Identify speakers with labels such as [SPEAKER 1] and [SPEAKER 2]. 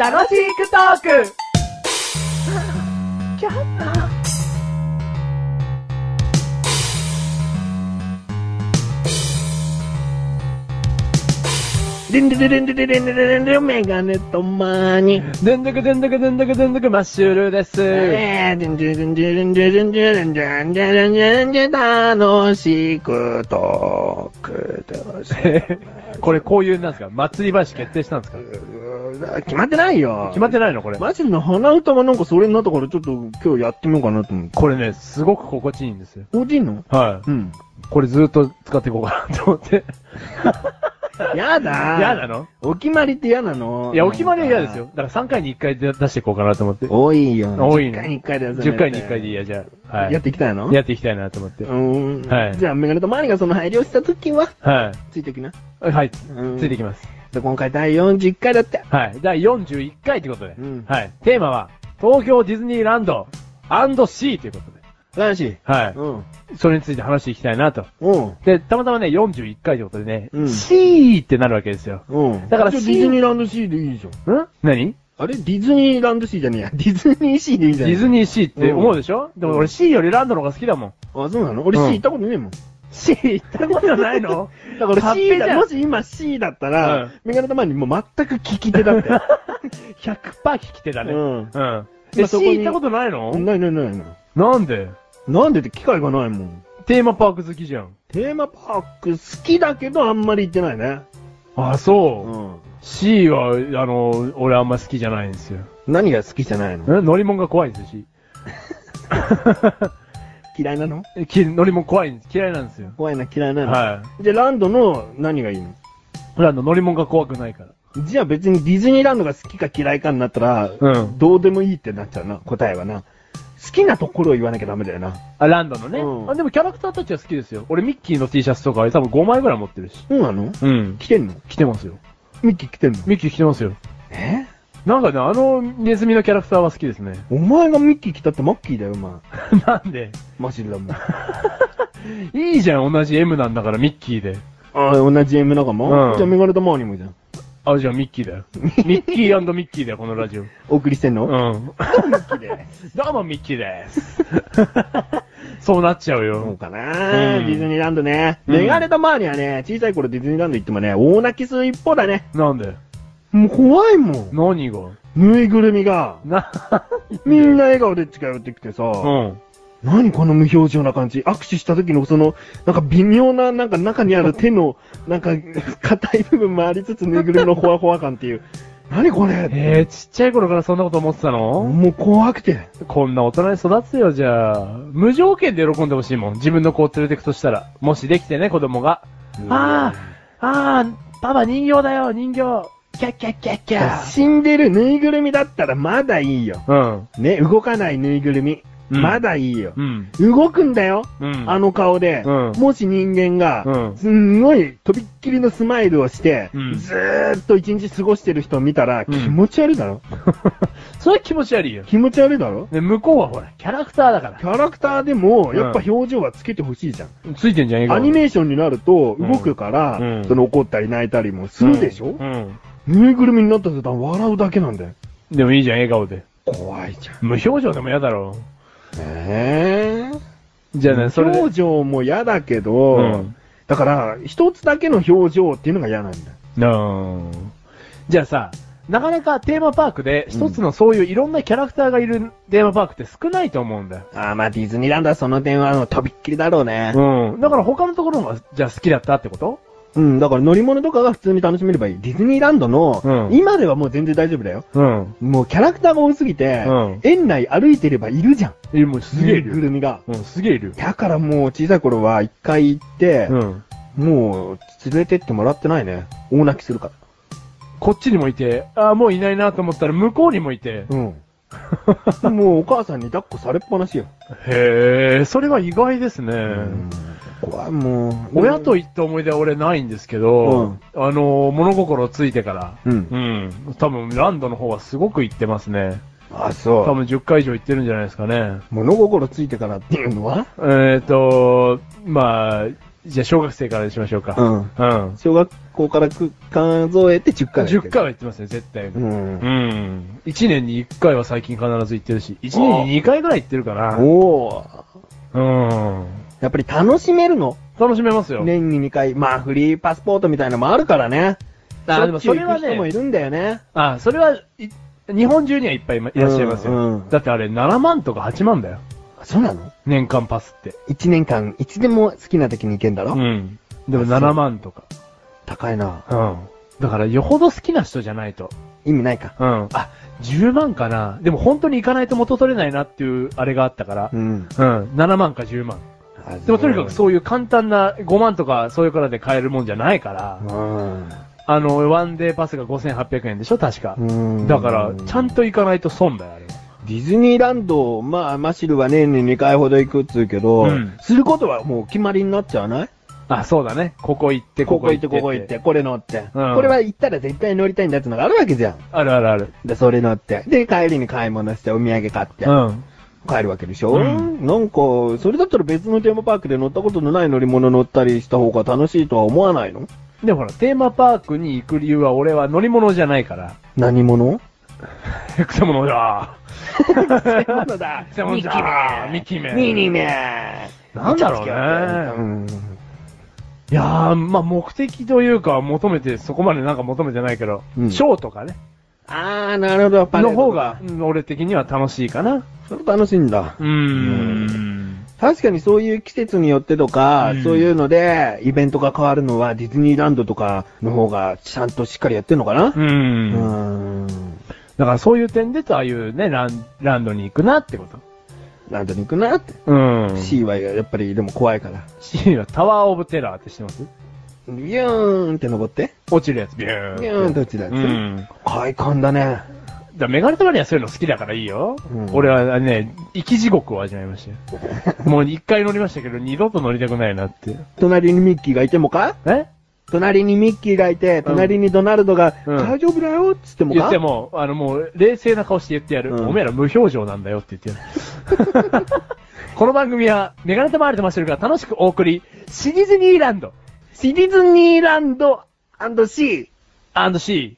[SPEAKER 1] 楽しくトーク
[SPEAKER 2] リンリリリンリリリンリリリンリンメガネとマーニ。
[SPEAKER 3] でんどくでんどくでんどくでんどくマッシュルです。
[SPEAKER 2] えーリンリリンリリンリリンリリンリンリリンリンリン楽しくトークで
[SPEAKER 3] これこういうなんですか祭り話決定したんですか
[SPEAKER 2] 決まってないよ。
[SPEAKER 3] 決まってないのこれ。
[SPEAKER 2] マジの鼻歌がなんかそれになったからちょっと今日やってみようかなと思って。
[SPEAKER 3] これね、すごく心地いいんですよ。
[SPEAKER 2] おじいの
[SPEAKER 3] は
[SPEAKER 2] うん。
[SPEAKER 3] い。これずっと使っていこうかなと思 って。
[SPEAKER 2] やだ
[SPEAKER 3] 嫌なの
[SPEAKER 2] お決まりって嫌なの
[SPEAKER 3] いや、お決まりは嫌ですよ。。だから3回に1回で出していこうかなと思って。
[SPEAKER 2] 多いよ。
[SPEAKER 3] 多い
[SPEAKER 2] 10
[SPEAKER 3] ね
[SPEAKER 2] 回に1回だよ。
[SPEAKER 3] 10回に1回でいいや、じゃあ。はい。
[SPEAKER 2] やっていきたいの
[SPEAKER 3] やっていきたいなと思って。
[SPEAKER 2] うーん。
[SPEAKER 3] はい
[SPEAKER 2] じゃあ、メガネとマーニがその配慮したときは、
[SPEAKER 3] は
[SPEAKER 2] ついてきな。
[SPEAKER 3] い。はい。
[SPEAKER 2] うん
[SPEAKER 3] ついてきます。
[SPEAKER 2] で、今回第40回だって。
[SPEAKER 3] はい。第41回ということで
[SPEAKER 2] うん。
[SPEAKER 3] はい。テーマは、東京ディズニーランド &C ということで。
[SPEAKER 2] らしい。
[SPEAKER 3] はい。
[SPEAKER 2] うん。
[SPEAKER 3] それについて話していきたいなと。
[SPEAKER 2] うん。
[SPEAKER 3] で、たまたまね、41回ということでね、
[SPEAKER 2] うん
[SPEAKER 3] C ってなるわけですよ。
[SPEAKER 2] うん。
[SPEAKER 3] だから
[SPEAKER 2] じゃあ
[SPEAKER 3] C-
[SPEAKER 2] ディズニーランド C でいいじゃん。
[SPEAKER 3] ん何
[SPEAKER 2] あれディズニーランド C じゃねえや。ディズニー C でいいじ
[SPEAKER 3] デ
[SPEAKER 2] ゃん。
[SPEAKER 3] ィズニー C って思うでしょ、でも
[SPEAKER 2] う
[SPEAKER 3] 俺
[SPEAKER 2] ん
[SPEAKER 3] C よりランドの方が好きだもん。
[SPEAKER 2] あ、そうなの俺 C
[SPEAKER 3] うん
[SPEAKER 2] 行ったことねえもん。
[SPEAKER 3] C 行ったことないの
[SPEAKER 2] だから
[SPEAKER 3] 勝
[SPEAKER 2] 俺 C
[SPEAKER 3] 手じ
[SPEAKER 2] だ、
[SPEAKER 3] ゃん
[SPEAKER 2] もし今 C だった
[SPEAKER 3] う
[SPEAKER 2] ら
[SPEAKER 3] ん、
[SPEAKER 2] メガネ玉にもう全く聞き手だって。
[SPEAKER 3] ?100% 聞き手だ
[SPEAKER 2] う
[SPEAKER 3] ね。 うん。
[SPEAKER 2] ん。
[SPEAKER 3] え、
[SPEAKER 2] まあそこに
[SPEAKER 3] C 行ったことないの、
[SPEAKER 2] ないないないない。
[SPEAKER 3] なんで
[SPEAKER 2] なんでって機会がないもん。
[SPEAKER 3] テーマパーク好きじゃん。
[SPEAKER 2] テーマパーク好きだけどあんまり行ってないね。
[SPEAKER 3] あ、そうう、
[SPEAKER 2] ん。
[SPEAKER 3] C は、あの、俺あんま好きじゃないんですよ。
[SPEAKER 2] 何が好きじゃないの
[SPEAKER 3] ん乗り物が怖いんですよ、C。
[SPEAKER 2] 嫌いなの
[SPEAKER 3] き乗り物怖いんです。嫌いなんですよ。
[SPEAKER 2] 怖いな、嫌いなの。
[SPEAKER 3] は
[SPEAKER 2] じゃあランドの何がいいの
[SPEAKER 3] い。ランド乗り物が怖くないから。
[SPEAKER 2] じゃあ別にディズニーランドが好きか嫌いかになったら、
[SPEAKER 3] うん
[SPEAKER 2] どうでもいいってなっちゃうな、答えはな。好きなところを言わなきゃダメだよな。
[SPEAKER 3] あ、ランドのね、
[SPEAKER 2] うん
[SPEAKER 3] あ。でもキャラクターたちは好きですよ。俺ミッキーの T シャツとか多分5枚ぐらい持ってるし。
[SPEAKER 2] そうなの
[SPEAKER 3] うん。
[SPEAKER 2] 来てんの
[SPEAKER 3] 着てますよ。
[SPEAKER 2] ミッキー来てんの
[SPEAKER 3] ミッキー着てますよ。
[SPEAKER 2] え
[SPEAKER 3] なんかね、あのネズミのキャラクターは好きですね。
[SPEAKER 2] お前がミッキー来たってマッキーだよ、お前。
[SPEAKER 3] なんで
[SPEAKER 2] マジでだも ん。あ
[SPEAKER 3] いいじゃん、同じ M なんだからミッキーで。
[SPEAKER 2] あ、同じ M 仲間、
[SPEAKER 3] うん
[SPEAKER 2] じゃあメガネとマーニもじゃん。
[SPEAKER 3] あ、じゃあミッキ ーだよ。ミッキーミッキーだよ、このラジオ。
[SPEAKER 2] お送りしてんの、
[SPEAKER 3] う
[SPEAKER 2] ミ
[SPEAKER 3] ん。
[SPEAKER 2] ッキーで。
[SPEAKER 3] どうもミッキーです。 そうなっちゃう
[SPEAKER 2] そ
[SPEAKER 3] よ
[SPEAKER 2] う。かな、
[SPEAKER 3] うん
[SPEAKER 2] ディズニーランドね。
[SPEAKER 3] うん
[SPEAKER 2] メガネとマーニはね、小さい頃ディズニーランド行ってもね、大泣きする一方だね。
[SPEAKER 3] なんで
[SPEAKER 2] もう怖いもん。
[SPEAKER 3] 何が
[SPEAKER 2] ぬいぐるみが、
[SPEAKER 3] な、
[SPEAKER 2] みんな笑顔で近寄ってきてさ、
[SPEAKER 3] うん。
[SPEAKER 2] 何この無表情な感じ握手した時のその、なんか微妙な、なんか中にある手の、なんか、硬い部分もありつつ、ぬいぐるみのほわほわ感っていう。何これ
[SPEAKER 3] えー、ちっちゃい頃からそんなこと思ってたの、
[SPEAKER 2] もう怖くて。
[SPEAKER 3] こんな大人に育つよ、じゃあ。無条件で喜んでほしいもん。自分の子を連れてくとしたら。もしできてね、子供が。あああ、パパ人形だよ、人形。キャッキャッキャッキャ
[SPEAKER 2] 死んでるぬいぐるみだったらまだいいよ。
[SPEAKER 3] うん。
[SPEAKER 2] ね、動かないぬいぐるみ。
[SPEAKER 3] うん
[SPEAKER 2] まだいいよ。
[SPEAKER 3] うん。
[SPEAKER 2] 動くんだよ、
[SPEAKER 3] うん。
[SPEAKER 2] あの顔で、
[SPEAKER 3] うん
[SPEAKER 2] もし人間が
[SPEAKER 3] う、ん
[SPEAKER 2] すんごい、とびっきりのスマイルをして、
[SPEAKER 3] うん
[SPEAKER 2] ずーっと一日過ごしてる人を見たら、
[SPEAKER 3] うん
[SPEAKER 2] 気持ち悪いだろ
[SPEAKER 3] それ気持ち悪いよ。
[SPEAKER 2] 気持ち悪いだろ
[SPEAKER 3] ね、向こうはほら、キャラクターだか
[SPEAKER 2] キャラクターでも、やっぱ表情はつけてほしいじゃん。
[SPEAKER 3] ら。ついてんじゃねえか。
[SPEAKER 2] アニメーションになると、
[SPEAKER 3] うん
[SPEAKER 2] 動くから、
[SPEAKER 3] うん
[SPEAKER 2] その怒ったり泣いたりもするでしょ、
[SPEAKER 3] うん。うん
[SPEAKER 2] ぬいぐるみになった途端笑うだけなんだよ。
[SPEAKER 3] でもいいじゃん、笑顔で。
[SPEAKER 2] 怖いじゃん。
[SPEAKER 3] 無表情でも嫌だろ。
[SPEAKER 2] え
[SPEAKER 3] じゃあね、それで。
[SPEAKER 2] 表情も嫌だけど、
[SPEAKER 3] うん
[SPEAKER 2] だから、一つだけの表情っていうのが嫌なんだよ。
[SPEAKER 3] うん。じゃあさ、なかなかテーマパークで、一つのそういういろんなキャラクターがいるテーマパークって少ないと思うんだよ。
[SPEAKER 2] ああ、まあディズニーランドはその点は、あの、とびっきりだろうね。
[SPEAKER 3] うん。だから他のところが、じゃあ好きだったってこと
[SPEAKER 2] うん、だから乗り物とかが普通に楽しめればいい。ディズニーランドの、
[SPEAKER 3] うん
[SPEAKER 2] 今ではもう全然大丈夫だよ。
[SPEAKER 3] うん。
[SPEAKER 2] もうキャラクターが多すぎて、
[SPEAKER 3] うん
[SPEAKER 2] 園内歩いてればいるじゃん。
[SPEAKER 3] え、もうすげえい
[SPEAKER 2] ぬいぐ
[SPEAKER 3] るよ。
[SPEAKER 2] るみが。
[SPEAKER 3] うん、すげえいるよ。
[SPEAKER 2] だからもう小さい頃は一回行って、
[SPEAKER 3] うん。
[SPEAKER 2] もう連れてってもらってないね。大泣きするか
[SPEAKER 3] こっちにもいて、ああ、もういないなと思ったら向こうにもいて。
[SPEAKER 2] ら。うん。 もうお母さんに抱っこされっぱなしよ。
[SPEAKER 3] へえ、それは意外ですね。
[SPEAKER 2] うん怖い、もう。
[SPEAKER 3] 親と行った思い出は俺ないんですけど、あの、物心ついてから、
[SPEAKER 2] うん
[SPEAKER 3] うん。多分、ランドの方はすごく行ってますね。
[SPEAKER 2] あ、そ
[SPEAKER 3] 多
[SPEAKER 2] う。
[SPEAKER 3] 分10回以上行ってるんじゃないですかね。
[SPEAKER 2] 物心ついてからっていうのは
[SPEAKER 3] えっ、ー、と、まあ、じゃあ小学生からにしましょう
[SPEAKER 2] う
[SPEAKER 3] か。
[SPEAKER 2] ん。
[SPEAKER 3] うん。
[SPEAKER 2] 小学校からく数えて10回。
[SPEAKER 3] 10回は。言ってますね、絶対。う
[SPEAKER 2] う。
[SPEAKER 3] んん。1年に1回は最近必ず行ってるし、1年に2回ぐらい行ってるかな。
[SPEAKER 2] おー
[SPEAKER 3] うん。
[SPEAKER 2] やっぱり楽しめるの
[SPEAKER 3] 楽しめますよ。
[SPEAKER 2] 年に2回。まあ、フリーパスポートみたいなのもあるからね。
[SPEAKER 3] あーでも
[SPEAKER 2] しょ
[SPEAKER 3] そ
[SPEAKER 2] っち
[SPEAKER 3] れ
[SPEAKER 2] ゅう行
[SPEAKER 3] は
[SPEAKER 2] く
[SPEAKER 3] ね
[SPEAKER 2] 人もいるんだよね。
[SPEAKER 3] あ、それは、い日本中にはいっぱいいまいらっしゃいますよ。
[SPEAKER 2] うんうん
[SPEAKER 3] だってあれ、7万とか8万だよ。
[SPEAKER 2] そうなの
[SPEAKER 3] 年間パスって。
[SPEAKER 2] ?1 年間、いつでも好きな時に行けんだ
[SPEAKER 3] う
[SPEAKER 2] ろ、
[SPEAKER 3] ん。でも
[SPEAKER 2] あそう
[SPEAKER 3] 7万とか。
[SPEAKER 2] 高いな。
[SPEAKER 3] うん。だから、よほど好きな人じゃないと。
[SPEAKER 2] 意味ないか。
[SPEAKER 3] うん。あ、10万かな。でも本当に行かないと元取れないなっていう、あれがあったから。
[SPEAKER 2] うん。
[SPEAKER 3] うん。7万か10万。でもとにかくそういう簡単な5万とかそういうからで買えるもんじゃないから
[SPEAKER 2] う。ん。
[SPEAKER 3] あの、ワンデーパスが5800円でしょ確か。
[SPEAKER 2] うん。
[SPEAKER 3] だから、ちゃんと行かないと損だよ、あれは。
[SPEAKER 2] ディズニーランド、まあ、マシルは年に2回ほど行くっつうけど、
[SPEAKER 3] うん
[SPEAKER 2] することはもう決まりになっちゃわない
[SPEAKER 3] あ、そうだね。ここ行って、
[SPEAKER 2] こ
[SPEAKER 3] こ
[SPEAKER 2] こ
[SPEAKER 3] こ
[SPEAKER 2] 行
[SPEAKER 3] 行
[SPEAKER 2] っ、
[SPEAKER 3] ってて。
[SPEAKER 2] ここ行って、これ乗って、
[SPEAKER 3] うん
[SPEAKER 2] これは行ったら絶対乗りたいんだってのがあるわけじゃん。
[SPEAKER 3] あるあるある。
[SPEAKER 2] で、それ乗って。で、帰りに買い物して、お土産買って、
[SPEAKER 3] うん。
[SPEAKER 2] 帰るわけでしょ、
[SPEAKER 3] うん
[SPEAKER 2] なんか、それだったら別のテーマパークで乗ったことのない乗り物乗ったりした方が楽しいとは思わないの
[SPEAKER 3] でもほら、テーマパークに行く理由は俺は乗り物じゃないから。
[SPEAKER 2] 何者
[SPEAKER 3] 草物 だ
[SPEAKER 2] そういうもの だ
[SPEAKER 3] そういうものだミッキーめ
[SPEAKER 2] ミニめ
[SPEAKER 3] なんだろうね
[SPEAKER 2] うん。
[SPEAKER 3] いやー、まあ、目的というか求めて、そこまでなんか求めてないけど、
[SPEAKER 2] うん
[SPEAKER 3] ショーとかね、
[SPEAKER 2] あー、なるほど、パレー
[SPEAKER 3] の
[SPEAKER 2] ドと
[SPEAKER 3] 方
[SPEAKER 2] か
[SPEAKER 3] が、うん俺的には楽しいかな。
[SPEAKER 2] それ楽しいんだ。
[SPEAKER 3] うーん。
[SPEAKER 2] 確かにそういう季節によってとか、
[SPEAKER 3] うん
[SPEAKER 2] そういうので、イベントが変わるのはディズニーランドとかの方がちゃんとしっかりやってんのかな
[SPEAKER 3] うー。
[SPEAKER 2] うんん。
[SPEAKER 3] だからそういう点でと、ああいうね、ラン、ランドに行くなってこと。
[SPEAKER 2] ランドに行くなって。
[SPEAKER 3] うん。
[SPEAKER 2] C はやっぱりでも怖いから。
[SPEAKER 3] C はタワーオブテラーって知ってます
[SPEAKER 2] ビューンって登って、
[SPEAKER 3] 落ちるやつ、ビューンっ
[SPEAKER 2] ビ
[SPEAKER 3] て。
[SPEAKER 2] ューンって落ちたやつ。
[SPEAKER 3] うん。
[SPEAKER 2] 快感だね。
[SPEAKER 3] だからメガネたまにはそういうの好きだからいいよ。
[SPEAKER 2] うん
[SPEAKER 3] 俺はね、生き地獄を味わいましたよ。もう一回乗りましたけど、二度と乗りたくないなって。
[SPEAKER 2] 隣にミッキーがいてもか
[SPEAKER 3] え
[SPEAKER 2] 隣にミッキーがいて、隣にドナルドが、
[SPEAKER 3] うん
[SPEAKER 2] 大丈夫だよっつってもか
[SPEAKER 3] 言っても、あのもう、冷静な顔して言ってやる。
[SPEAKER 2] うん
[SPEAKER 3] おめえら無表情なんだよって言ってやる。 この番組は、メガネたまわりとマッシュルが楽しくお送り、シディズニーランド
[SPEAKER 2] シディズニーランド &C。
[SPEAKER 3] &C